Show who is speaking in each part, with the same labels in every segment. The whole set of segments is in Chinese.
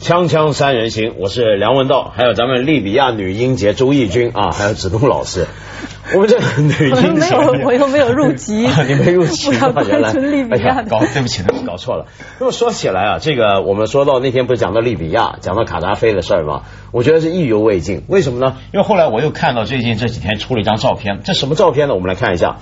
Speaker 1: 锵锵三人行，我是梁文道，还有咱们利比亚女英杰周轶君啊，还有子东老师。我们这女
Speaker 2: 我又
Speaker 1: 英
Speaker 2: 没
Speaker 1: 杰，
Speaker 2: 有，我又没有入 籍
Speaker 1: 啊，你没入籍
Speaker 2: 我
Speaker 1: 啊
Speaker 2: 要，
Speaker 1: 原来哎
Speaker 2: 关注利比亚的
Speaker 1: 搞对不起，对不起，搞错了。那么说起来啊，这个我们说到那天不是讲到利比亚，讲到卡扎菲的事儿吗？我觉得是意犹未尽，为什么呢？因为后来我又看到最近这几天出了一张照片，这什么照片呢？我们来看一下，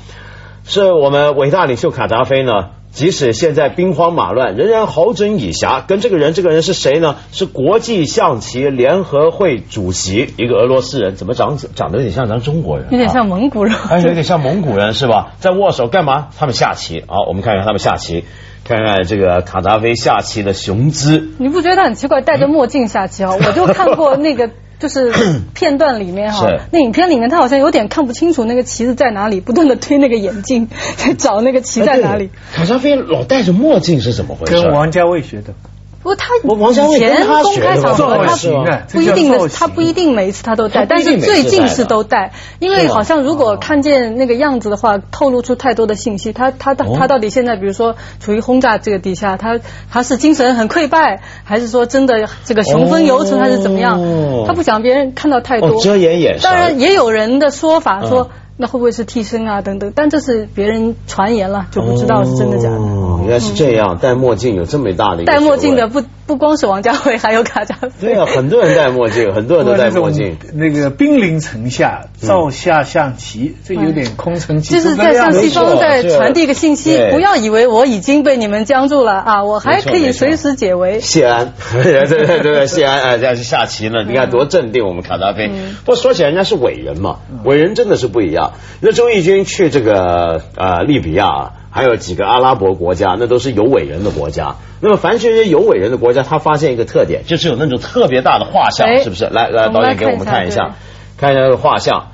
Speaker 1: 是我们伟大领袖卡扎菲呢。即使现在兵荒马乱，仍然好整以暇。跟这个人，这个人是谁呢？是国际象棋联合会主席，一个俄罗斯人，怎么长长得有点像咱中国人啊、
Speaker 2: 有点像蒙古人。
Speaker 1: 哎，有点像蒙古人是吧？在握手干嘛？他们下棋。好，我们看看他们下棋，看看这个卡扎菲下棋的雄姿。
Speaker 2: 你不觉得他很奇怪？戴着墨镜 下棋啊，我就看过那个。 就是片段里面哈
Speaker 1: 是，
Speaker 2: 那影片里面他好像有点看不清楚那个棋子在哪里，不断的推那个眼镜 在找那个棋在哪里。
Speaker 1: 哎？对卡扎菲老戴着墨镜是怎么回事？
Speaker 3: 跟王家卫学的，
Speaker 2: 不过他
Speaker 1: 我王家卫
Speaker 2: 以前
Speaker 1: 跟他
Speaker 2: 公
Speaker 1: 学
Speaker 2: 开
Speaker 1: 的吧
Speaker 2: 场合他
Speaker 3: 造型啊，
Speaker 2: 不
Speaker 3: 这
Speaker 2: 一
Speaker 3: 叫
Speaker 2: 定
Speaker 3: 造
Speaker 2: 的，
Speaker 3: 型
Speaker 2: 他不一定每一次他都
Speaker 1: 他
Speaker 2: 戴，
Speaker 1: 不
Speaker 2: 但
Speaker 1: 一定
Speaker 2: 是最近
Speaker 1: 每次
Speaker 2: 是
Speaker 1: 戴的哦
Speaker 2: 都戴，因为好像如果看见那个样子的话，透露出太多的信息。他他他
Speaker 1: 哦
Speaker 2: 他到底现在，比如说处于轰炸这个底下，他他是精神很溃败，还是说真的这个雄风犹存，
Speaker 1: 哦
Speaker 2: 还是怎么样？他不想别人看到太多
Speaker 1: 哦，，遮掩眼
Speaker 2: 当然
Speaker 1: 神。
Speaker 2: 也有人的说法
Speaker 1: 嗯
Speaker 2: 说。那会不会是替身啊？等等，但这是别人传言了，就不知道是真的假的。
Speaker 1: 哦原来是这样，戴墨镜有这么大的一个
Speaker 2: 戴墨
Speaker 1: 学
Speaker 2: 镜
Speaker 1: 问
Speaker 2: 的。不不光是王家卫，还有卡扎菲。
Speaker 1: 对啊，很多人戴墨镜，很多人都戴墨镜。
Speaker 3: 那个兵临城下，照下象棋，这有点空城
Speaker 2: 嗯
Speaker 3: 计。
Speaker 2: 就是在向
Speaker 1: 没
Speaker 2: 西
Speaker 1: 错
Speaker 2: 方在
Speaker 1: 对
Speaker 2: 传递一个信息
Speaker 1: 对，
Speaker 2: 不要以为我已经被你们僵住了啊，我还可
Speaker 1: 没错
Speaker 2: 以
Speaker 1: 没错
Speaker 2: 随时解围。
Speaker 1: 谢安，对对对对，谢安哎，这样去下棋呢，你看多镇定，我们卡扎菲。不过说起来，人家是伟人嘛，伟人真的是不一样。那周轶君去这个呃利比亚啊，还有几个阿拉伯国家，那都是有伟人的国家。那么凡是这些有伟人的国家，他发现一个特点，就是有那种特别大的画像，
Speaker 2: 哎
Speaker 1: 是不是？来来，
Speaker 2: 我们
Speaker 1: 导
Speaker 2: 来
Speaker 1: 演给我们看
Speaker 2: 看
Speaker 1: 一
Speaker 2: 一
Speaker 1: 下
Speaker 2: 下，
Speaker 1: 看一下这个画像。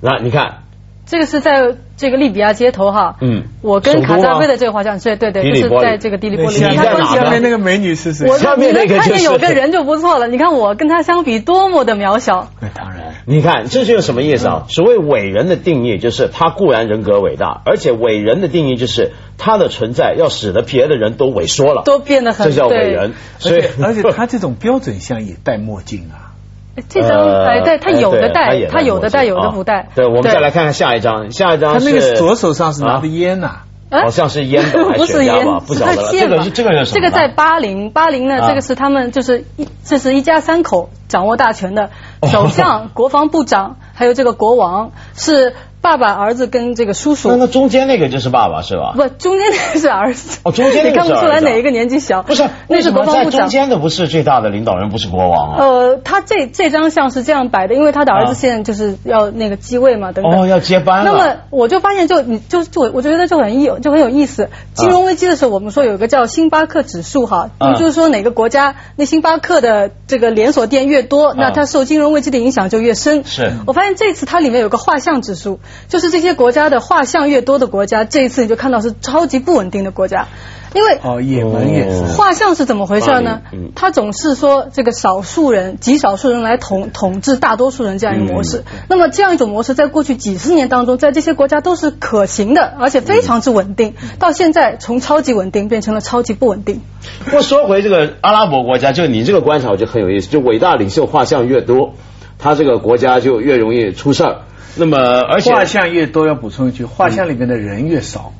Speaker 1: 那你看，
Speaker 2: 这个是在这个利比亚街头哈，
Speaker 1: 嗯
Speaker 2: 我跟
Speaker 1: 首都
Speaker 2: 卡
Speaker 1: 啊
Speaker 2: 扎菲的这个画像，对对对，
Speaker 1: 迪
Speaker 2: 就
Speaker 1: 丽
Speaker 2: 是
Speaker 1: 波利
Speaker 2: 在这个迪利波利
Speaker 1: 对
Speaker 2: 亚。
Speaker 1: 你
Speaker 3: 你
Speaker 1: 在
Speaker 3: 看
Speaker 2: 看
Speaker 1: 哪呢
Speaker 3: 下面那个美女是谁？
Speaker 2: 我
Speaker 1: 下面
Speaker 2: 你
Speaker 1: 那
Speaker 2: 能
Speaker 1: 个
Speaker 2: 看
Speaker 1: 就
Speaker 2: 见
Speaker 1: 是
Speaker 2: 有个人就不错了，你看我跟他相比多么的渺小。
Speaker 3: 那当然，
Speaker 1: 你看，这就是什么意思啊？所谓伟人的定义，就是他固然人格伟大，而且伟人的定义就是他的存在要使得别的人都萎缩了，
Speaker 2: 都变得很
Speaker 1: 这叫伟人。所
Speaker 3: 而
Speaker 1: 以
Speaker 3: 且，而且他这种标准像也戴墨镜啊，
Speaker 2: 哎这张
Speaker 1: 呃
Speaker 2: 哎，对他有的
Speaker 1: 哎
Speaker 2: 戴
Speaker 1: 对，
Speaker 2: 他有的戴，有
Speaker 1: 啊
Speaker 2: 的不戴。
Speaker 1: 对，我们再来看看下一张，下一张
Speaker 3: 他
Speaker 1: 啊是
Speaker 3: 那个左手上是拿
Speaker 1: 啊
Speaker 3: 着烟呐，
Speaker 2: 啊
Speaker 1: 好像是烟 斗还
Speaker 2: 不
Speaker 1: 是
Speaker 2: 是
Speaker 1: 雪茄
Speaker 2: 烟
Speaker 1: 吧，，不晓得
Speaker 2: 是
Speaker 1: 了。
Speaker 2: 线吧
Speaker 1: 什么
Speaker 2: 这个
Speaker 1: 呢
Speaker 2: 在巴林，巴林呢，
Speaker 1: 啊
Speaker 2: 这个是他们就是一这是一家三口掌握大权的，
Speaker 1: 哦
Speaker 2: 首相、国防部长，还有这个国王是爸爸、儿子跟这个叔
Speaker 1: 啊那那
Speaker 2: 叔。
Speaker 1: 中间那个就是爸爸是吧？
Speaker 2: 不，中间那个是儿子。
Speaker 1: 哦中间那个是
Speaker 2: 你看不出
Speaker 1: 儿
Speaker 2: 来
Speaker 1: 子啊
Speaker 2: 哪一个年纪小？
Speaker 1: 不是，
Speaker 2: 那
Speaker 1: 为什
Speaker 2: 是
Speaker 1: 么
Speaker 2: 国防
Speaker 1: 在
Speaker 2: 部
Speaker 1: 中
Speaker 2: 长。
Speaker 1: 间的不是最大的领导人，不是国王啊？
Speaker 2: 呃，他这这张像是这样摆的，因为他的儿
Speaker 1: 啊
Speaker 2: 子现在就是要那个继位嘛，等等。
Speaker 1: 哦，要接班
Speaker 2: 呃那
Speaker 1: 了。
Speaker 2: 么我就发现就，你就就我觉得就很有就很有意思。金融危机的时候，我们说有一个叫星巴克指数哈，
Speaker 1: 嗯
Speaker 2: 也就是说哪个国家那星巴克的这个连锁店越多，
Speaker 1: 嗯
Speaker 2: 那它受金融危机的影响就越深。
Speaker 1: 是
Speaker 2: 我发现这次它里面有个画像指数，就是这些国家的画像越多的国家，这一次你就看到是超级不稳定的国家，因为
Speaker 3: 哦，也门也
Speaker 1: 哦
Speaker 3: 是。
Speaker 2: 画像是怎么回事呢
Speaker 3: 啊
Speaker 1: 巴黎嗯？
Speaker 2: 他总是说这个少数人、极少数人来统统治大多数人这样一个
Speaker 3: 嗯
Speaker 2: 模式。那么这样一种模式，在过去几十年当中，在这些国家都是可行的，而且非常之稳定。
Speaker 3: 嗯
Speaker 2: 到现在，从超级稳定变成了超级不稳定。
Speaker 1: 不过说回这个阿拉伯国家，就你这个观察，我觉得很有意思。就伟大领袖画像越多，他这个国家就越容易出事儿。那么，而且，
Speaker 3: 画像越多，要补充一句，画像里面的人越少。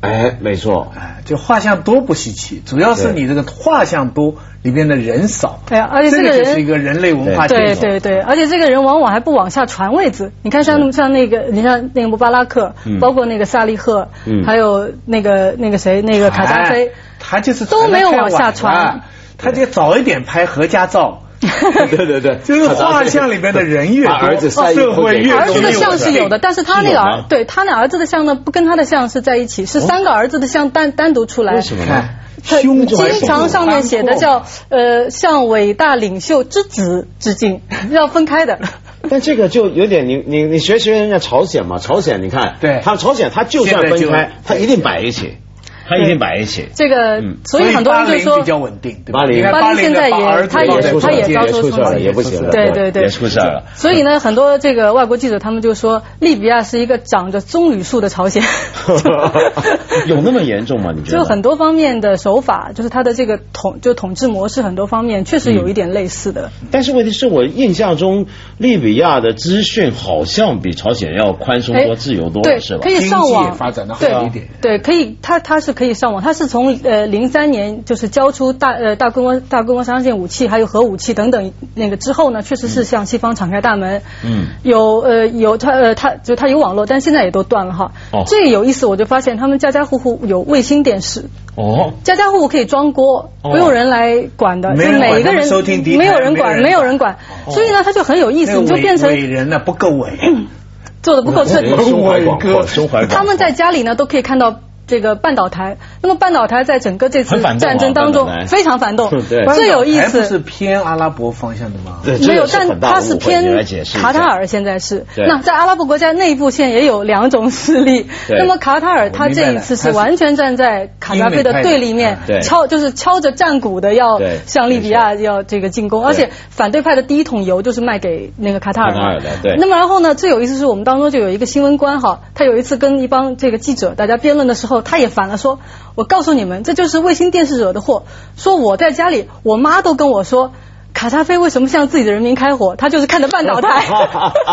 Speaker 1: 哎，没 错，
Speaker 3: 哎，就画像多不稀奇，主要是
Speaker 1: 对
Speaker 3: 你这个画像多，里面的人少。
Speaker 2: 对啊而且这
Speaker 3: 这
Speaker 2: 个人
Speaker 3: 就是一个人类文化
Speaker 2: 对
Speaker 3: 现象。嗯
Speaker 2: 对对，而且这个人往往还不往下传位子。你看像像那个，你像那个穆巴拉克
Speaker 1: 嗯，
Speaker 2: 包括那个萨利赫
Speaker 1: 嗯，
Speaker 2: 还有那个那个谁，那个卡扎菲
Speaker 3: 哎，他就是
Speaker 2: 都没有往下
Speaker 3: 传得太晚了
Speaker 2: 传。
Speaker 3: 啊
Speaker 2: 嗯
Speaker 3: 他就早一点拍合家照。
Speaker 1: 对对对，
Speaker 3: 就是画像里面的人越多，
Speaker 1: 把儿子塞进
Speaker 3: 社会越
Speaker 1: 这个
Speaker 2: 儿子
Speaker 3: 容
Speaker 2: 的
Speaker 3: 易有
Speaker 2: 像是有的，但是他那
Speaker 1: 是有
Speaker 2: 个
Speaker 1: 吗
Speaker 2: 儿，对他那儿子的像呢，不跟他的像是在一起，是三个儿子的像单单独出来。
Speaker 1: 为什么呢？
Speaker 3: 看
Speaker 2: 他
Speaker 3: 哎胸怀
Speaker 2: 经常上面写的叫呃，向伟大领袖之子致敬， 要分开的。
Speaker 1: 但这个就有点，你你你学学人家朝鲜嘛，朝鲜你看，
Speaker 3: 对
Speaker 1: 他朝鲜他就算分
Speaker 3: 现在
Speaker 1: 开
Speaker 3: 就，
Speaker 1: 他一定摆一起。它一定摆一起。
Speaker 2: 这个
Speaker 1: 嗯，
Speaker 2: 所以很多人就
Speaker 3: 所以巴
Speaker 2: 说
Speaker 3: 黎比较稳定，对吧？
Speaker 1: 巴黎
Speaker 3: 你看
Speaker 2: 巴黎
Speaker 3: 黎
Speaker 2: 现在也
Speaker 3: 的巴尔
Speaker 2: 它
Speaker 3: 对
Speaker 2: 也
Speaker 3: 吧
Speaker 2: 它也
Speaker 3: 对
Speaker 2: 遭受
Speaker 1: 出
Speaker 2: 冲
Speaker 1: 事了，
Speaker 2: 击
Speaker 1: 也不行了，
Speaker 2: 对对对
Speaker 1: 也出事儿了。
Speaker 2: 所以呢，很多这个外国记者他们就说，利比亚是一个长着棕榈树的朝鲜，
Speaker 1: 有那么严重吗？你觉得？
Speaker 2: 就很多方面的手法，就是它的这个统就统治模式很多方面确实有一点类似的。
Speaker 1: 但是问题是我印象中，利比亚的资讯好像比朝鲜要宽松多、
Speaker 2: 哎
Speaker 1: 自由多
Speaker 2: 对
Speaker 1: 了，是吧
Speaker 2: 可？以
Speaker 3: 经
Speaker 2: 上
Speaker 3: 济
Speaker 2: 网
Speaker 3: 也发展的好
Speaker 2: 对
Speaker 3: 一点。
Speaker 2: 对，可以，它它是可以上网，它是从呃零三年就是交出大呃大规模大规模杀伤武器，还有核武器等等那个之后呢，确实是向西方敞开大门。
Speaker 1: 嗯
Speaker 2: 有呃有它呃它就它有网络，但现在也都断了哈。
Speaker 1: 哦
Speaker 2: 最有意思，我就发现他们家家户户有卫星电视。
Speaker 1: 哦，
Speaker 2: 家家户户可以装锅，
Speaker 1: 哦
Speaker 2: 没有人来管的，
Speaker 3: 没
Speaker 2: 就
Speaker 3: 人管
Speaker 2: 每一个
Speaker 3: 他们
Speaker 2: 人
Speaker 3: 收听第一台
Speaker 2: 没有人管，没
Speaker 3: 没
Speaker 2: 有
Speaker 3: 有
Speaker 2: 人
Speaker 3: 人哦
Speaker 2: 管，所以呢，它就很有意
Speaker 3: 那
Speaker 2: 思，你就
Speaker 3: 伟
Speaker 2: 变
Speaker 3: 伟
Speaker 2: 成
Speaker 3: 人呢不够伟，
Speaker 2: 做的不够彻底。
Speaker 1: 胸怀广阔，胸怀 广阔。
Speaker 2: 他们在家里呢都可以看到。这个半岛台，那么半岛台在整个这次
Speaker 1: 很反动啊
Speaker 2: 战争当中
Speaker 1: 半岛台
Speaker 2: 非常反动
Speaker 1: 嗯， 对
Speaker 2: 最有意
Speaker 3: 还不
Speaker 2: 思
Speaker 3: 是偏阿拉伯方向的吗？
Speaker 1: 对
Speaker 2: 没
Speaker 1: 这
Speaker 2: 有，
Speaker 1: 个是
Speaker 2: 但
Speaker 1: 很大
Speaker 2: 它
Speaker 1: 的
Speaker 2: 是
Speaker 1: 误会你来
Speaker 2: 偏
Speaker 1: 解释一下
Speaker 2: 卡塔尔现在是。
Speaker 1: 对
Speaker 2: 那在阿拉伯国家内部现在也有两种势力。
Speaker 1: 对
Speaker 2: 那么卡塔尔它这一次是完全站在卡扎菲的对立面
Speaker 1: 英美派的，对
Speaker 2: 敲就是敲着战鼓的要
Speaker 1: 对
Speaker 2: 向利比亚要这个进攻，而且反对派的第一桶油就是卖给那个卡塔尔嘛
Speaker 1: 卡塔尔的对
Speaker 2: 那么然后呢，最有意思是我们当中就有一个新闻官哈，他有一次跟一帮这个记者大家辩论的时候，他也反了说：“我告诉你们，这就是卫星电视惹的祸。说我在家里，我妈都跟我说。”卡扎菲为什么向自己的人民开火？他就是看着半岛台。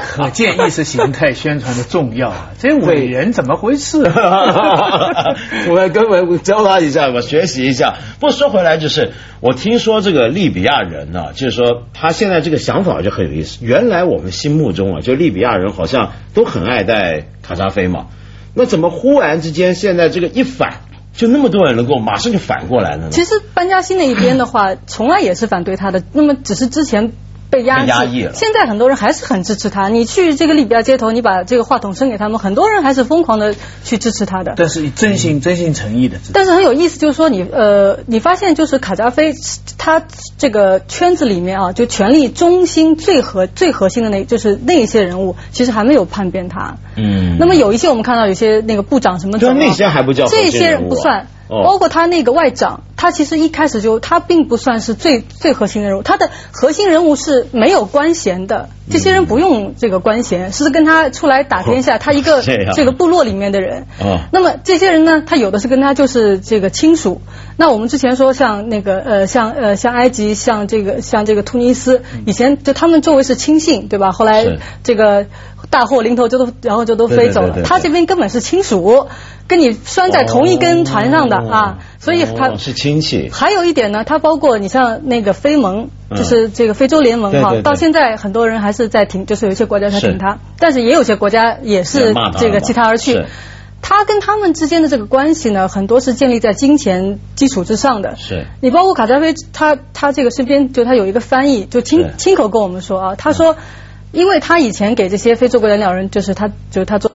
Speaker 3: 可见意识形态宣传的重要啊！这伟人怎么 回事、啊？
Speaker 1: 我根本教他一下吧，学习一下。不过说回来，就是我听说这个利比亚人呢、就是说他现在这个想法就很有意思。原来我们心目中啊，就利比亚人好像都很爱戴卡扎菲嘛，那怎么忽然之间现在这个一反，就那么多人能够马上就反过来了呢？
Speaker 2: 其实班加西那一边的话，从来也是反对他的，那么只是之前。被压制
Speaker 1: 被压抑了
Speaker 2: 现在很多人还是很支持他。你去这个利比亚街头，你把这个话筒伸给他们，很多人还是疯狂的去支持他的。
Speaker 3: 但是真
Speaker 1: 嗯
Speaker 3: 心真心诚意的，
Speaker 2: 但是很有意思，就是说你呃，你发现就是卡扎菲他这个圈子里面啊，就权力中心最核最核心的那，就是那一些人物，其实还没有叛变他。
Speaker 1: 嗯
Speaker 2: 那么有一些我们看到有些那个部长什么
Speaker 1: 对
Speaker 2: 的
Speaker 1: 啊
Speaker 2: 啊，
Speaker 1: 那些还不叫核
Speaker 2: 这
Speaker 1: 心
Speaker 2: 些
Speaker 1: 人物
Speaker 2: 人
Speaker 1: 啊
Speaker 2: 不算。
Speaker 1: 哦
Speaker 2: 包括他那个外长，他其实一开始就他并不算是最最核心的人物，他的核心人物是没有官衔的，
Speaker 1: 嗯
Speaker 2: 这些人不用这个官衔，是跟他出来打天下，他一 个
Speaker 1: 这样
Speaker 2: 这个部落里面的人。
Speaker 1: 啊哦
Speaker 2: 那么这些人呢，他有的是跟他就是这个亲属。那我们之前说像那个呃，像呃，像埃及，像这个像这个突尼斯，以前就他们周围是亲信，对吧？后来
Speaker 1: 嗯是
Speaker 2: 这个大祸临头就都然后就都飞走了。
Speaker 1: 对对对对
Speaker 2: 他这边根本是亲属，跟你拴在同一根船上的、
Speaker 1: 哦
Speaker 2: 啊，所以他。
Speaker 1: 哦是亲戚。
Speaker 2: 还有一点呢，它包括你像那个非盟，
Speaker 1: 嗯
Speaker 2: 就是这个非洲联盟
Speaker 1: 对
Speaker 2: 哈，
Speaker 1: 对对
Speaker 2: 到现在很多人还是在挺，就是有一些国家在挺它，但是也有些国家也
Speaker 1: 也
Speaker 2: 是
Speaker 1: 骂它
Speaker 2: 这个
Speaker 1: 了
Speaker 2: 弃它而去
Speaker 1: 是。
Speaker 2: 他跟他们之间的这个关系呢，很多是建立在金钱基础之上的。
Speaker 1: 是
Speaker 2: 你包括卡扎菲，他他这个身边就他有一个翻译，就亲
Speaker 1: 对
Speaker 2: 亲口跟我们说啊，他说，因为他以前给这些非洲国家领导人，就是他就是他做。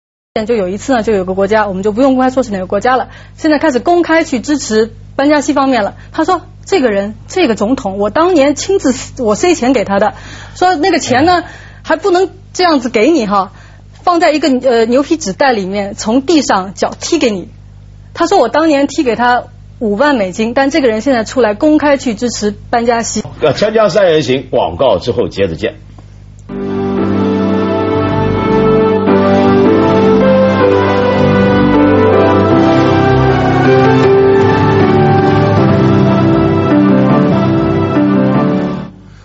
Speaker 2: 就有一次呢，就有个国家，我们就不用公开说是哪个国家了。现在开始公开去支持班加西方面了。他说这个人，这个总统，我当年亲自塞我塞钱给他的，说那个钱呢还不能这样子给你哈，放在一个呃牛皮纸袋里面，从地上脚踢给你。他说我当年踢给他五万美金，但这个人现在出来公开去支持班加西。
Speaker 1: 呃，锵锵三人行广告之后接着见。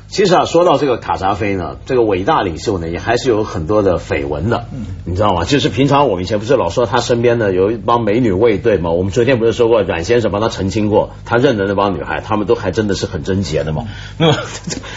Speaker 1: 其实啊，说到这个卡扎菲呢，这个伟大领袖呢，也还是有很多的绯闻的，你知道吗？就是平常我们以前不是老说他身边呢有一帮美女卫队嘛，我们昨天不是说过阮先生帮他澄清过，他认得那帮女孩，他们都还真的是很贞洁的嘛。那么，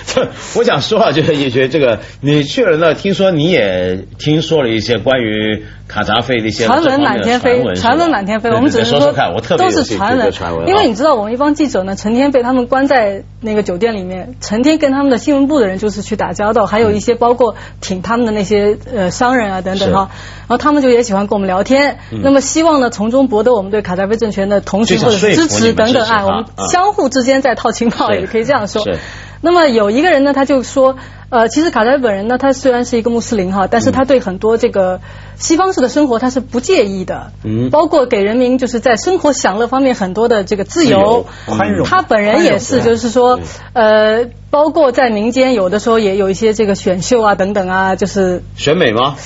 Speaker 1: 这嗯 我想说啊，就是也觉得这个你去了那，听说你也听说了一些关于卡扎菲的一些
Speaker 2: 传
Speaker 1: 这
Speaker 2: 闻
Speaker 1: 方面
Speaker 2: 满
Speaker 1: 的
Speaker 2: 天飞，
Speaker 1: 是吧
Speaker 2: 传闻满天飞。
Speaker 1: 对
Speaker 2: 我们
Speaker 1: 对
Speaker 2: 只
Speaker 1: 对
Speaker 2: 是
Speaker 1: 说说看，我特别
Speaker 2: 都
Speaker 1: 有
Speaker 2: 是
Speaker 1: 兴趣
Speaker 2: 传
Speaker 1: 对
Speaker 2: 闻
Speaker 1: 传闻，啊，
Speaker 2: 因为你知道，我们一帮记者呢，成天被他们关在那个酒店里面，成天跟他们的新闻部的人就是去打交道，还有一些包括挺他们的那些呃商人啊等等哈，然后他们就也喜欢跟我们聊天，那么希望呢从中博得我们对卡扎菲政权的同情
Speaker 1: 就
Speaker 2: 或
Speaker 1: 想
Speaker 2: 者
Speaker 1: 说服
Speaker 2: 支持
Speaker 1: 你们
Speaker 2: 等等
Speaker 1: 支持
Speaker 2: 啊，
Speaker 1: 他
Speaker 2: 我们
Speaker 1: 啊
Speaker 2: 相互之间在套情报
Speaker 1: 是
Speaker 2: 也可以这样说
Speaker 1: 是。
Speaker 2: 那么有一个人呢，他就说，呃，其实卡扎菲本人呢，他虽然是一个穆斯林哈，但是
Speaker 1: 嗯
Speaker 2: 他对很多这个西方式的生活他是不介意的，
Speaker 1: 嗯
Speaker 2: 包括给人民就是在生活享乐方面很多的这个自
Speaker 1: 自
Speaker 2: 由嗯
Speaker 1: 由、
Speaker 3: 宽容
Speaker 2: 他本人也是，
Speaker 3: 宽容嗯
Speaker 2: 就是说，呃，包括在民间有的时候也有一些这个选秀啊等等啊，就是
Speaker 1: 选美吗？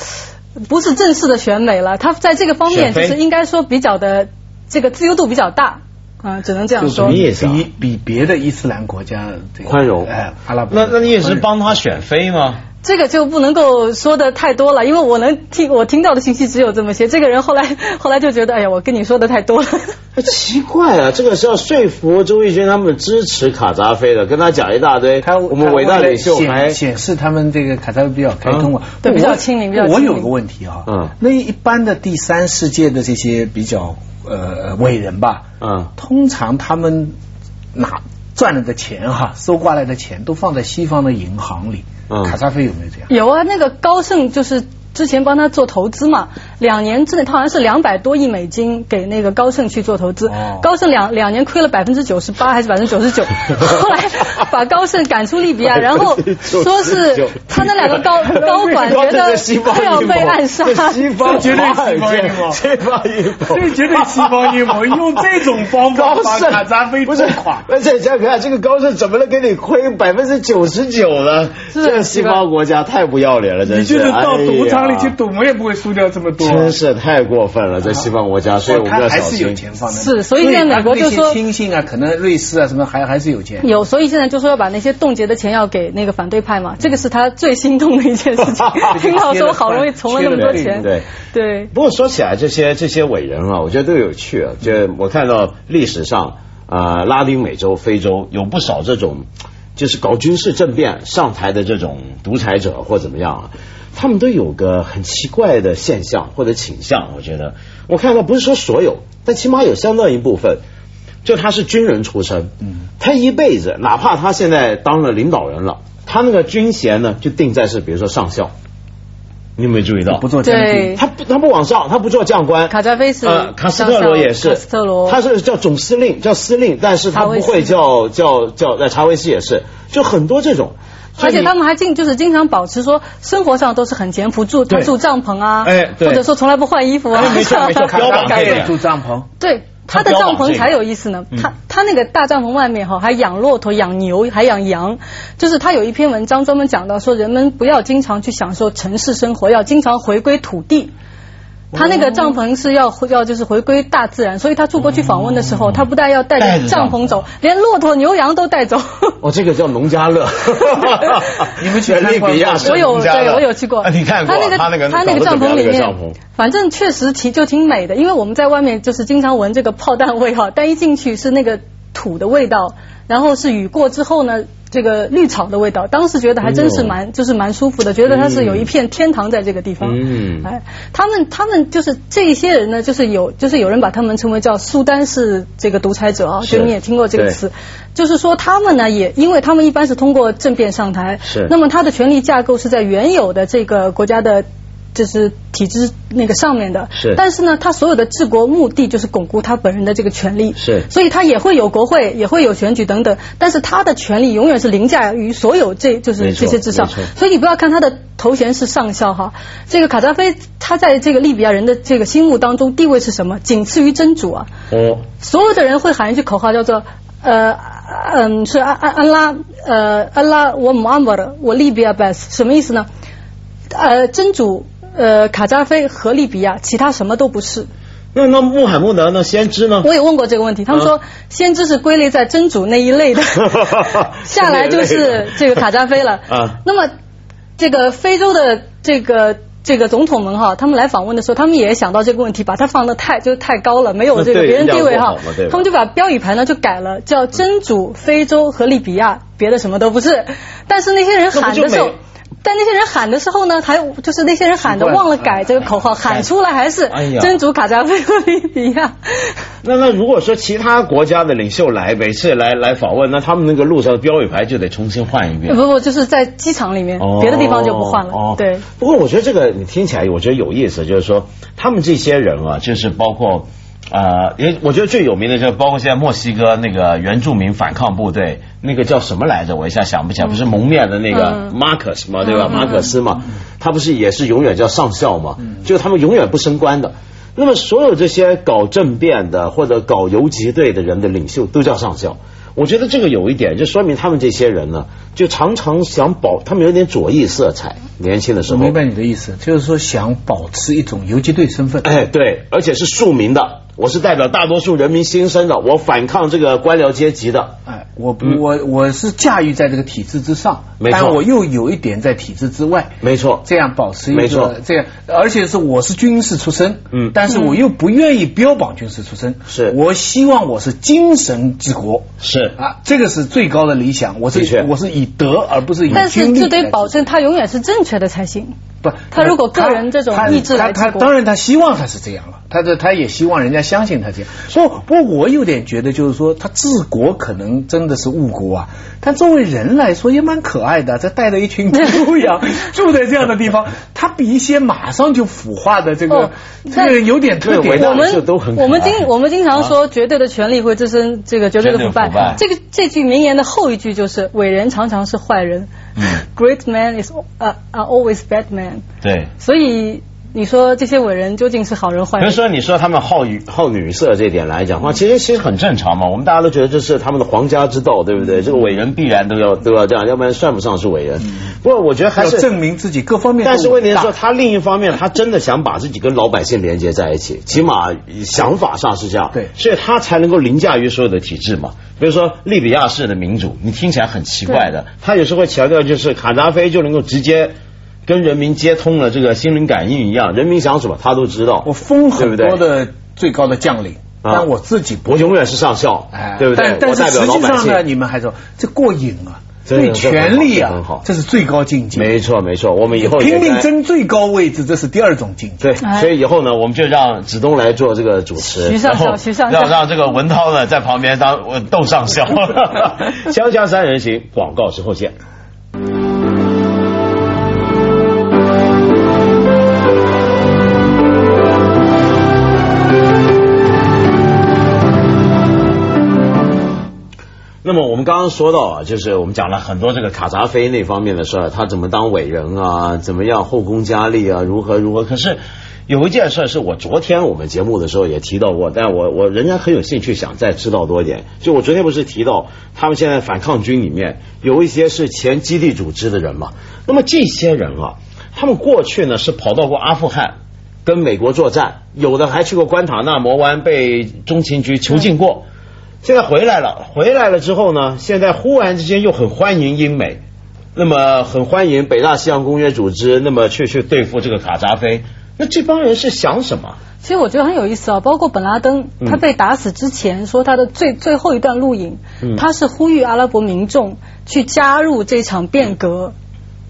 Speaker 2: 不是正式的选美了，他在这个方面
Speaker 1: 选妃
Speaker 2: 就是应该说比较的这个自由度比较大，啊、只能这样
Speaker 3: 就
Speaker 1: 什
Speaker 2: 说
Speaker 1: 么。意
Speaker 3: 比
Speaker 1: 思啊
Speaker 3: 比比别的伊斯兰国家这个
Speaker 1: 宽容
Speaker 3: 哎，阿拉伯
Speaker 1: 那那你也
Speaker 3: 宽
Speaker 1: 是
Speaker 3: 容
Speaker 1: 帮他选妃吗？
Speaker 2: 这个就不能够说的太多了，因为我能听我听到的信息只有这么些。这个人后来 后来就觉得，哎呀，我跟你说的太多了。
Speaker 1: 哎奇怪啊，这个是要说服周轶君他们支持卡扎菲的，跟他讲一大堆，
Speaker 3: 他
Speaker 1: 我们伟大领袖
Speaker 3: 他为了
Speaker 1: 还
Speaker 3: 显显示他们这个卡扎菲比较开通啊
Speaker 1: 嗯，
Speaker 2: 对
Speaker 3: 我
Speaker 2: 比较亲民比较亲民
Speaker 3: 我有个问题哈，
Speaker 1: 嗯
Speaker 3: 那一般的第三世界的这些比较呃伟人吧，
Speaker 1: 嗯
Speaker 3: 通常他们拿赚了的钱哈，搜刮来的钱都放在西方的银行里，
Speaker 1: 嗯
Speaker 3: 卡扎菲有没有这样？
Speaker 2: 有啊，那个高盛就是之前帮他做投资嘛，两年之内他好像是两百多亿美金给那个高盛去做投资，
Speaker 3: 哦
Speaker 2: 高盛两两年亏了百分之九十八还是百分之九 十九，后来把高盛赶出利比亚，然后说是 他那两个高 高管觉得快要被暗杀，
Speaker 1: 西方
Speaker 3: 这绝对西方阴谋
Speaker 1: 西方阴谋，
Speaker 3: 这绝对西方阴谋，用这种方法
Speaker 1: 高
Speaker 3: 把
Speaker 1: 盛
Speaker 3: 卡扎菲
Speaker 1: 不
Speaker 3: 拖
Speaker 1: 是
Speaker 3: 垮，。
Speaker 1: 而且想想看，这个高盛怎么能给你亏百分之九十九呢？
Speaker 2: 是
Speaker 1: 这西方国家太不要脸了，真
Speaker 3: 你就是是到赌场里
Speaker 1: 哎
Speaker 3: 去
Speaker 1: 呀
Speaker 3: 赌，我也不会输掉这么多。
Speaker 1: 真是太过分了，在西方国家，所以我们
Speaker 3: 他
Speaker 1: 要
Speaker 3: 还
Speaker 1: 小
Speaker 3: 是有
Speaker 1: 心。。
Speaker 3: 钱放在那
Speaker 2: 是所以
Speaker 3: 对
Speaker 2: 现在
Speaker 3: 他
Speaker 2: 美国
Speaker 3: 那
Speaker 2: 就
Speaker 3: 些
Speaker 2: 说
Speaker 3: 亲信啊，可能瑞士啊什么还还是有钱。
Speaker 2: 有，所以现在就说要把那些冻结的钱要给那个反对派嘛，这个是他最心痛的一件事情 听到说好容易存了那么多钱，
Speaker 1: 对
Speaker 2: 对
Speaker 1: 不过说起来，这些这些伟人啊，我觉得都有趣、啊。就我看到历史上，呃，拉丁美洲、非洲有不少这种，就是搞军事政变上台的这种独裁者或怎么样啊，他们都有个很奇怪的现象或者倾向。我觉得我看到不是说所有，但起码有相当一部分。就他是军人出身，嗯，他一辈子哪怕他现在当了领导人了，他那个军衔呢就定在是比如说上校，你有没有注意到？
Speaker 3: 不做将军，
Speaker 2: 对，
Speaker 1: 他不，他不往上，他不做将官。
Speaker 2: 卡扎菲是
Speaker 1: 呃，卡斯特罗也是，
Speaker 2: 卡斯特罗
Speaker 1: 他是叫总司令，叫司令，但是他不会叫叫叫，呃，查韦斯也是，就很多这种。
Speaker 2: 而且他
Speaker 1: 们
Speaker 2: 们还经就是经常保持说生活上都是很简朴，住他
Speaker 1: 对
Speaker 2: 住帐篷啊，
Speaker 1: 哎对
Speaker 2: 或者说从来不换衣服啊，
Speaker 1: 哎没错没 错
Speaker 3: 卡
Speaker 1: 标榜
Speaker 3: 扎
Speaker 1: 这
Speaker 3: 菲
Speaker 1: 个
Speaker 3: 住帐篷，
Speaker 2: 对。
Speaker 1: 他
Speaker 2: 他的
Speaker 1: 标
Speaker 2: 帐
Speaker 1: 榜这
Speaker 2: 篷
Speaker 1: 个
Speaker 2: 才有意思呢，他他那个大帐篷外面哈还养骆驼、养牛、还养羊，就是他有一篇文章专门讲到说，人们不要经常去享受城市生活，要经常回归土地。他那个帐篷是要要就是回归大自然，所以他出国去访问的时候，他不但要带
Speaker 1: 带着
Speaker 2: 哦着
Speaker 1: 帐
Speaker 2: 帐
Speaker 1: 篷
Speaker 2: 篷走，连骆驼、牛羊都带走。
Speaker 1: 哦，这个叫农家 乐。
Speaker 3: 你们去参观
Speaker 1: 利
Speaker 3: 过
Speaker 1: 比亚是
Speaker 2: 我有
Speaker 1: 农家乐
Speaker 2: 对，我有去过。
Speaker 1: 啊你看过
Speaker 2: 他那个
Speaker 1: 他那个
Speaker 2: 他那个
Speaker 1: 搞
Speaker 2: 帐
Speaker 1: 得怎
Speaker 2: 篷
Speaker 1: 么样
Speaker 2: 里面，
Speaker 1: 那个帐篷
Speaker 2: 反正确实挺就挺美的，因为我们在外面就是经常闻这个炮弹味哈，但一进去是那个土的味道，然后是雨过之后呢。这个绿草的味道，当时觉得还真是蛮，就是蛮舒服的，觉得它是有一片天堂在这个地方。
Speaker 1: 嗯
Speaker 2: 哎，他们他们就是这一些人呢，就是有就是有人把他们称为叫苏丹式这个独裁者啊，
Speaker 1: 是
Speaker 2: 就你也听过这个
Speaker 1: 对
Speaker 2: 词，就是说他们呢也因为他们一般是通过政变上台，
Speaker 1: 是
Speaker 2: 那么。那么它的权力架构是在原有的这个国家的。就是体制那个上面的，
Speaker 1: 是
Speaker 2: 但是呢，他所有的治国目的就是巩固他本人的这个权利，
Speaker 1: 是
Speaker 2: 所以他也会有国会，也会有选举等等，但是他的权利永远是凌驾于所有这就是
Speaker 1: 没错
Speaker 2: 这些之上
Speaker 1: 没错，
Speaker 2: 所以你不要看他的头衔是上校哈，这个卡扎菲他在这个利比亚人的这个心目当中地位是什么？仅次于真主啊，
Speaker 1: 哦，
Speaker 2: 所有的人会喊一句口号，叫做呃嗯是安安安拉呃安拉我姆阿姆的我利比亚 best 什么意思呢？呃，真主呃卡扎菲和利比亚，其他什么都不是。
Speaker 1: 那那穆罕默德呢？先知呢？，
Speaker 2: 我也问过这个问题，他们说先知是归类在真主那一类的 下来就是这个卡扎菲了。
Speaker 1: 啊
Speaker 2: 那么这个非洲的这个。这个总统们哈，他们来访问的时候，他们也想到这个问题，把它放得太就是太高了，没有这个
Speaker 1: 对
Speaker 2: 别人地位
Speaker 1: 要
Speaker 2: 哈
Speaker 1: 不好嘛对吧，
Speaker 2: 他们就把标语牌呢就改了，叫真主、非洲和利比亚，别的什么都不是。但是那些人喊的时
Speaker 1: 那不就
Speaker 2: 候
Speaker 1: 美，
Speaker 2: 但那些人喊的时候呢，还有就是那些人喊的忘了改这个口号，喊出来还是
Speaker 1: 哎呀哎
Speaker 2: 真主、卡扎菲和利比亚。
Speaker 1: 那那如果说其他国家的领袖来每次来来访问，那他们那个路上的标语牌就得重新换一遍。
Speaker 2: 不不，就是在机场里面，别的地方就不换了。
Speaker 1: 哦
Speaker 2: 对，
Speaker 1: 不过我觉得这个你听起来，我觉得有意思，就是说他们这些人啊，就是包括呃，也我觉得最有名的就是包括现在墨西哥那个原住民反抗部队，那个叫什么来着？我一下想不起来，不是蒙面的那个
Speaker 2: 嗯
Speaker 1: 马克思嘛，对吧？马克思嘛，他不是也是永远叫上校嘛，
Speaker 3: 嗯
Speaker 1: 就他们永远不升官的。那么所有这些搞政变的或者搞游击队的人的领袖都叫上校。我觉得这个有一点，就说明他们这些人呢，就常常想保，他们有点左翼色彩，年轻的时
Speaker 3: 我
Speaker 1: 候。
Speaker 3: 明白你的意思，就是说想保持一种游击队身份。
Speaker 1: 哎，对，而且是庶民的，我是代表大多数人民心声的，我反抗这个官僚阶级的。
Speaker 3: 哎，我不，我我是驾驭在这个体制之上，
Speaker 1: 没错
Speaker 3: 但我又有一点在体制之外，
Speaker 1: 没错，
Speaker 3: 这样保持
Speaker 1: 没
Speaker 3: 一
Speaker 1: 错
Speaker 3: 个这样，而且是我是军事出身，
Speaker 1: 嗯
Speaker 3: 但是我又不愿意标榜军事出身，
Speaker 1: 是
Speaker 3: 我希望我是精神治国，
Speaker 1: 是
Speaker 3: 啊，这个是最高的理想，我
Speaker 1: 的确
Speaker 3: 是我是以德而不是以
Speaker 2: 但是
Speaker 3: 军力
Speaker 2: 就
Speaker 3: 来
Speaker 2: 得
Speaker 3: 治
Speaker 2: 保证他永远是正确的才行。
Speaker 3: 不，
Speaker 2: 他如果个人这种
Speaker 3: 他
Speaker 2: 意志
Speaker 3: 他
Speaker 2: 来
Speaker 3: 他
Speaker 2: 治国
Speaker 3: 当然他希望他是这样了，他的他也希望人家相信他这样。不不过我有点觉得就是说他治国可能真的是误国啊，但作为人来说也蛮可爱的，这啊带着一群猪 一样住在这样的地方，他比一些马上就腐化的这个、
Speaker 2: 哦
Speaker 3: 这个人有点特
Speaker 1: 对伟
Speaker 3: 点
Speaker 1: 大
Speaker 2: 我
Speaker 1: 的
Speaker 3: 的。
Speaker 1: 就都很
Speaker 2: 们
Speaker 1: 可爱啊
Speaker 2: 我们经我们经常说绝对的权力会滋生这个绝对的腐败。
Speaker 1: 绝对的腐败
Speaker 2: 这个这句名言的后一句就是伟人常常是坏人、g
Speaker 1: 嗯
Speaker 2: r e a t man is 呃、are always bad man。
Speaker 1: 对。
Speaker 2: 所以你说这些伟人究竟是好人坏
Speaker 1: 比如
Speaker 2: 人？
Speaker 1: 说，你说他们好女好女色这一点来讲的话，其实其实很正常嘛。我们大家都觉得这是他们的皇家之道，对不
Speaker 3: 嗯
Speaker 1: 对？这个伟人必然都要都要这样，要不然算不上是伟人。不过我觉得还
Speaker 3: 嗯要
Speaker 1: 是
Speaker 3: 证明自己各方面都
Speaker 1: 但是问题是
Speaker 3: 大
Speaker 1: 说，他另一方面，他真的想把自己跟老百姓连接在一起，起码想法上是这样。
Speaker 3: 对
Speaker 1: 所以他才能够凌驾于所有的体制嘛。比如说利比亚式的民主，你听起来很奇怪的，他有时候会强调就是卡扎菲就能够直接跟人民接通了这个心灵感应一样，人民想什么他都知道。
Speaker 3: 我
Speaker 1: 对
Speaker 3: 封
Speaker 1: 不
Speaker 3: 很
Speaker 1: 对
Speaker 3: 多的最高的将领，
Speaker 1: 啊
Speaker 3: 但我自己不
Speaker 1: 我永远是上校，
Speaker 3: 哎，
Speaker 1: 对不对？
Speaker 3: 但但是
Speaker 1: 我代表
Speaker 3: 实
Speaker 1: 老
Speaker 3: 际
Speaker 1: 百
Speaker 3: 上呢，
Speaker 1: 姓。
Speaker 3: 你们还说这过瘾啊，
Speaker 1: 真的
Speaker 3: 对权力
Speaker 1: 这很好
Speaker 3: 啊，这是最高境界。
Speaker 1: 没错没错，我们以后也
Speaker 3: 拼命
Speaker 1: 该
Speaker 3: 争最高位置，这是第二种境界。
Speaker 1: 对，
Speaker 2: 哎
Speaker 1: 所以以后呢，我们就让子东来做这个主持，
Speaker 2: 徐上校
Speaker 1: 然后
Speaker 2: 徐上校
Speaker 1: 让让这个文涛呢在旁边当呃窦上 校， 锵锵三人行，广告之后见。那么我们刚刚说到啊，就是我们讲了很多这个卡扎菲那方面的事儿，他怎么当伟人啊，怎么样后宫佳丽啊，如何如何。可是有一件事是我昨天我们节目的时候也提到过，但我我仍然很有兴趣想再知道多一点。就我昨天不是提到他们现在反抗军里面有一些是前基地组织的人嘛，那么这些人啊，他们过去呢是跑到过阿富汗。跟美国作战，有的还去过关塔那摩湾被中情局囚禁过。现在回来了，回来了之后呢，现在忽然之间又很欢迎英美，那么很欢迎北大西洋公约组织，那么去去对付这个卡扎菲。那这帮人是想什么？
Speaker 2: 其实我觉得很有意思啊，包括本拉登
Speaker 1: 嗯
Speaker 2: 他被打死之前说他的最最后一段录影，
Speaker 1: 嗯
Speaker 2: 他是呼吁阿拉伯民众去加入这场变革，
Speaker 1: 嗯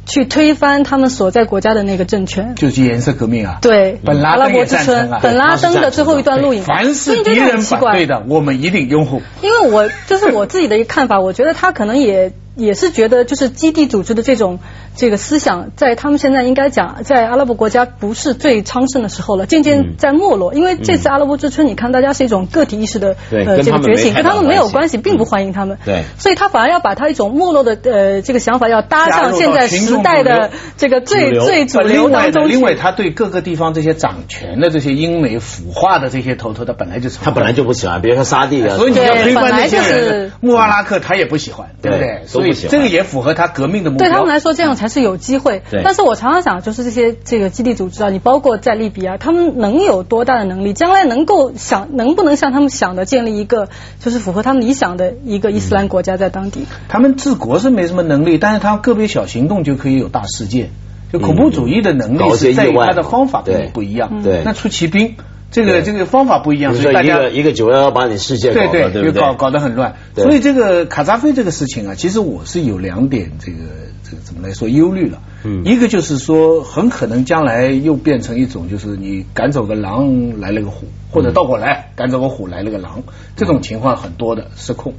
Speaker 2: 去推翻他们所在国家的那个政权。
Speaker 3: 就是颜色革命啊。，
Speaker 2: 对，
Speaker 3: 本拉
Speaker 2: 阿拉
Speaker 3: 登
Speaker 2: 伯
Speaker 3: 也
Speaker 2: 之
Speaker 3: 赞成
Speaker 2: 春
Speaker 3: 啊，
Speaker 2: 本拉登的最后一段录影，
Speaker 3: 凡
Speaker 2: 所以
Speaker 3: 是
Speaker 2: 就
Speaker 3: 敌
Speaker 2: 觉得
Speaker 3: 人
Speaker 2: 很奇
Speaker 3: 反
Speaker 2: 怪
Speaker 3: 对。的，我们一定拥护。
Speaker 2: 因为我 就是我自己的一个看法，我觉得他可能也也是觉得，就是基地组织的这种这个思想，在他们现在应该讲，在阿拉伯国家不是最昌盛的时候了，渐
Speaker 1: 嗯
Speaker 2: 渐在没落。因为这次阿拉伯之春，你看大家是一种个体意识的呃
Speaker 1: 对跟
Speaker 2: 这
Speaker 1: 他
Speaker 2: 个
Speaker 1: 们
Speaker 2: 觉
Speaker 1: 没
Speaker 2: 醒，
Speaker 1: 太
Speaker 2: 跟
Speaker 1: 大
Speaker 2: 他们没有关系，
Speaker 1: 关系嗯
Speaker 2: 并不欢迎他们。
Speaker 1: 对
Speaker 2: 所以他反而要把他一种没落的呃这个想法要搭
Speaker 3: 加入
Speaker 2: 上
Speaker 3: 到
Speaker 2: 现在
Speaker 3: 群
Speaker 2: 时
Speaker 3: 众
Speaker 2: 代
Speaker 3: 主流
Speaker 2: 的这个最
Speaker 1: 主流
Speaker 2: 最主流
Speaker 3: 另外
Speaker 2: 当
Speaker 3: 呢，
Speaker 2: 中
Speaker 3: 另
Speaker 2: 去。
Speaker 3: 外他对各个地方这些掌权的这些英美腐化的这些头头，他本来就
Speaker 1: 他本来就不喜欢，比如说沙地啊，
Speaker 3: 所以你要
Speaker 2: 对
Speaker 3: 推翻
Speaker 2: 本来
Speaker 3: 那些
Speaker 2: 就是
Speaker 3: 人，穆阿拉克他也不喜欢，对不对
Speaker 1: 对？都
Speaker 3: 所
Speaker 1: 不
Speaker 3: 以
Speaker 1: 喜欢
Speaker 3: 这个也符合他革命的目标。
Speaker 2: 对他们来说，这样才是有机会
Speaker 1: 对。
Speaker 2: 但是我常常想，就是这些这个基地组织啊，你包括在利比亚，他们能有多大的能力？将来能够想，能不能像他们想的建立一个就是符合他们理想的一个伊斯兰国家在当地？
Speaker 3: 他们治国是没什么能力，但是他个别小行动就可以有大事件。就恐怖主义的能
Speaker 1: 嗯
Speaker 3: 力是在于他的方法
Speaker 1: 搞一些意外
Speaker 3: 跟你不一样。
Speaker 1: 对
Speaker 3: 那出奇兵，这个
Speaker 1: 对
Speaker 3: 这个方法不一
Speaker 1: 比
Speaker 3: 样，
Speaker 1: 如说
Speaker 3: 所以大
Speaker 1: 一
Speaker 3: 家
Speaker 1: 个一个九幺幺把你世界搞
Speaker 3: 对
Speaker 1: 了，对不
Speaker 3: 就
Speaker 1: 对？
Speaker 3: 搞搞得很乱。
Speaker 1: 对
Speaker 3: 所以这个卡扎菲这个事情啊，其实我是有两点这个这个怎么来说忧虑了。
Speaker 1: 嗯
Speaker 3: 一个就是说，很可能将来又变成一种，就是你赶走个狼来了个虎，或
Speaker 1: 嗯
Speaker 3: 者倒过来赶走个虎来了个狼，这种情况很多的失控。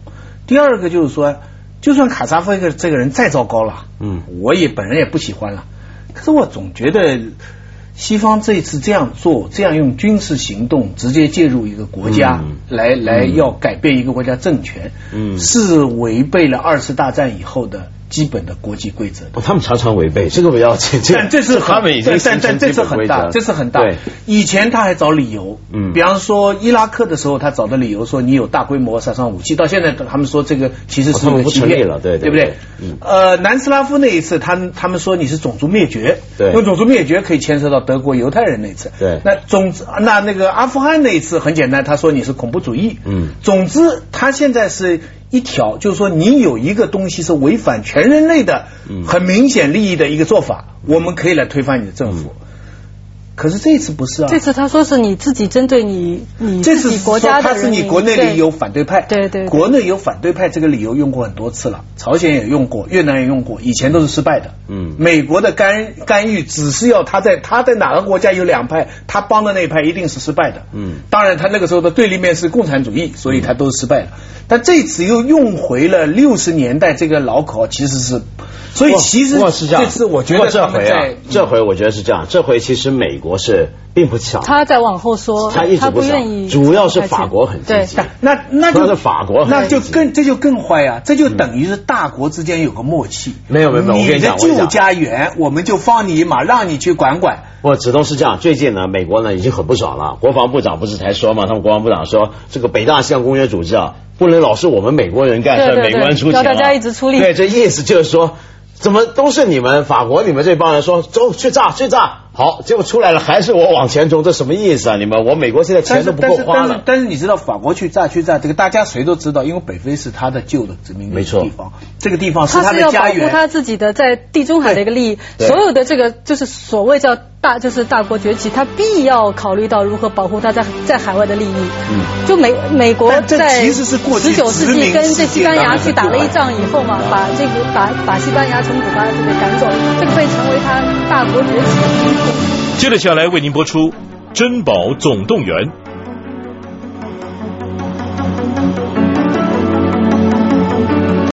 Speaker 3: 第二个就是说，就算卡扎菲这个这个人再糟糕了，
Speaker 1: 嗯
Speaker 3: 我也本人也不喜欢了，可是我总觉得西方这一次这样做，这样用军事行动直接介入一个国家，
Speaker 1: 嗯
Speaker 3: 来来
Speaker 1: 嗯
Speaker 3: 要改变一个国家政权，
Speaker 1: 嗯
Speaker 3: 是违背了二次大战以后的基本的国际规则的。
Speaker 1: 哦他们常常违背，这个不要紧。个
Speaker 3: 但这次很
Speaker 1: 他们已经
Speaker 3: 但
Speaker 1: 形成
Speaker 3: 但这次
Speaker 1: 基本
Speaker 3: 很
Speaker 1: 规
Speaker 3: 大，
Speaker 1: 则
Speaker 3: 这次很大
Speaker 1: 对。
Speaker 3: 以前他还找理由，
Speaker 1: 嗯
Speaker 3: 比方说伊拉克的时候，他找的理由说你有大规模杀伤武器，到现在他们说这个其实
Speaker 1: 哦
Speaker 3: 是
Speaker 1: 他们
Speaker 3: 一个
Speaker 1: 不
Speaker 3: 欺
Speaker 1: 成立
Speaker 3: 骗
Speaker 1: 了对对
Speaker 3: 对不对
Speaker 1: 对？嗯
Speaker 3: 呃，南斯拉夫那一次，他们他们说你是种族灭绝，
Speaker 1: 对
Speaker 3: 因为种族灭绝可以牵涉到德国犹太人那一次，
Speaker 1: 对
Speaker 3: 那总之那那个阿富汗那一次很简单，他说你是恐怖主义，
Speaker 1: 嗯
Speaker 3: 总之，它现在是一条，就是说你有一个东西是违反全人类的
Speaker 1: 嗯
Speaker 3: 很明显利益的一个做法，我们可以来推翻你的政府。可是这一次不是啊，
Speaker 2: 这次他说是你自己针对你你
Speaker 3: 这
Speaker 2: 自
Speaker 3: 次
Speaker 2: 己
Speaker 3: 是
Speaker 2: 国
Speaker 3: 说
Speaker 2: 家的
Speaker 3: 它是
Speaker 2: 人
Speaker 3: 你
Speaker 2: 民，
Speaker 3: 国内
Speaker 2: 对
Speaker 3: 里有反对派，
Speaker 2: 对对对
Speaker 3: 国内有反对派这个理由用过很多次了，朝鲜也用过，越南也用过，以前都是失败的。
Speaker 1: 嗯
Speaker 3: 美国的干干预只是要他在他在哪个国家有两派，他帮的那一派一定是失败的。
Speaker 1: 嗯
Speaker 3: 当然他那个时候的对立面是共产主义，所以他都是失败的。但这次又用回了六十年代这个老口，其实是，所以其实
Speaker 1: 不过是这样，
Speaker 3: 这次我觉
Speaker 1: 不过
Speaker 3: 得
Speaker 1: 这
Speaker 3: 他们
Speaker 1: 回啊
Speaker 3: 在，
Speaker 1: 这回我觉得是这样，这回其实美国是并不抢，
Speaker 2: 他在往后说，
Speaker 1: 他一直不
Speaker 2: 不愿
Speaker 1: 想
Speaker 2: 意，
Speaker 1: 主要是法国很积
Speaker 2: 对
Speaker 1: 极，
Speaker 3: 那那
Speaker 1: 主要
Speaker 3: 就是
Speaker 1: 法国很
Speaker 3: 那
Speaker 1: 积
Speaker 3: 就
Speaker 1: 极
Speaker 3: 更这就更坏啊！这就等于是大国之间有个默契。
Speaker 1: 没有没有没有我跟你讲
Speaker 3: 的
Speaker 1: 我跟你
Speaker 3: 旧
Speaker 1: 讲
Speaker 3: 家园我们就放你一马，让你去管管。
Speaker 1: 我只能是这样。最近呢，美国呢已经很不爽了，国防部长不是才说嘛，他们国防部长说，这个北大西洋公约组织啊，不能老是我们美国人干事，
Speaker 2: 对对对
Speaker 1: 美国人出钱啊
Speaker 2: 要大家一直出力
Speaker 1: 对，这意思就是说，怎么都是你们法国你们这帮人说走去炸去炸，好，结果出来了还是我往前冲，这什么意思啊？你们我美国现在
Speaker 3: 但
Speaker 1: 钱都
Speaker 3: 是
Speaker 1: 不
Speaker 3: 但
Speaker 1: 够
Speaker 3: 是
Speaker 1: 花
Speaker 3: 但是
Speaker 1: 了。
Speaker 3: 但是你知道法国去炸去炸这个大家谁都知道，因为北非是他的旧的殖民地
Speaker 1: 没错
Speaker 3: 地方，这个地方是
Speaker 2: 他是
Speaker 3: 的
Speaker 2: 要
Speaker 3: 家
Speaker 2: 保护
Speaker 3: 园。
Speaker 2: 他自己的在地中海的一个利益，
Speaker 1: 对
Speaker 2: 所有的这个就是所谓叫大就是大国崛起，他必要考虑到如何保护他在在海外的利益。
Speaker 1: 嗯
Speaker 2: 就美美国
Speaker 3: 但这
Speaker 2: 在
Speaker 3: 其实是过去
Speaker 2: 十九世
Speaker 3: 殖民
Speaker 2: 纪跟这
Speaker 3: 世界
Speaker 2: 西班牙
Speaker 3: 当中
Speaker 2: 去
Speaker 3: 的
Speaker 2: 打了
Speaker 3: 过
Speaker 2: 一
Speaker 3: 来
Speaker 2: 仗以后嘛，把这个把把西班牙从古巴这边赶走，这个被成为他大国崛起的基础。
Speaker 4: 接着下来为您播出《珍宝总动员》。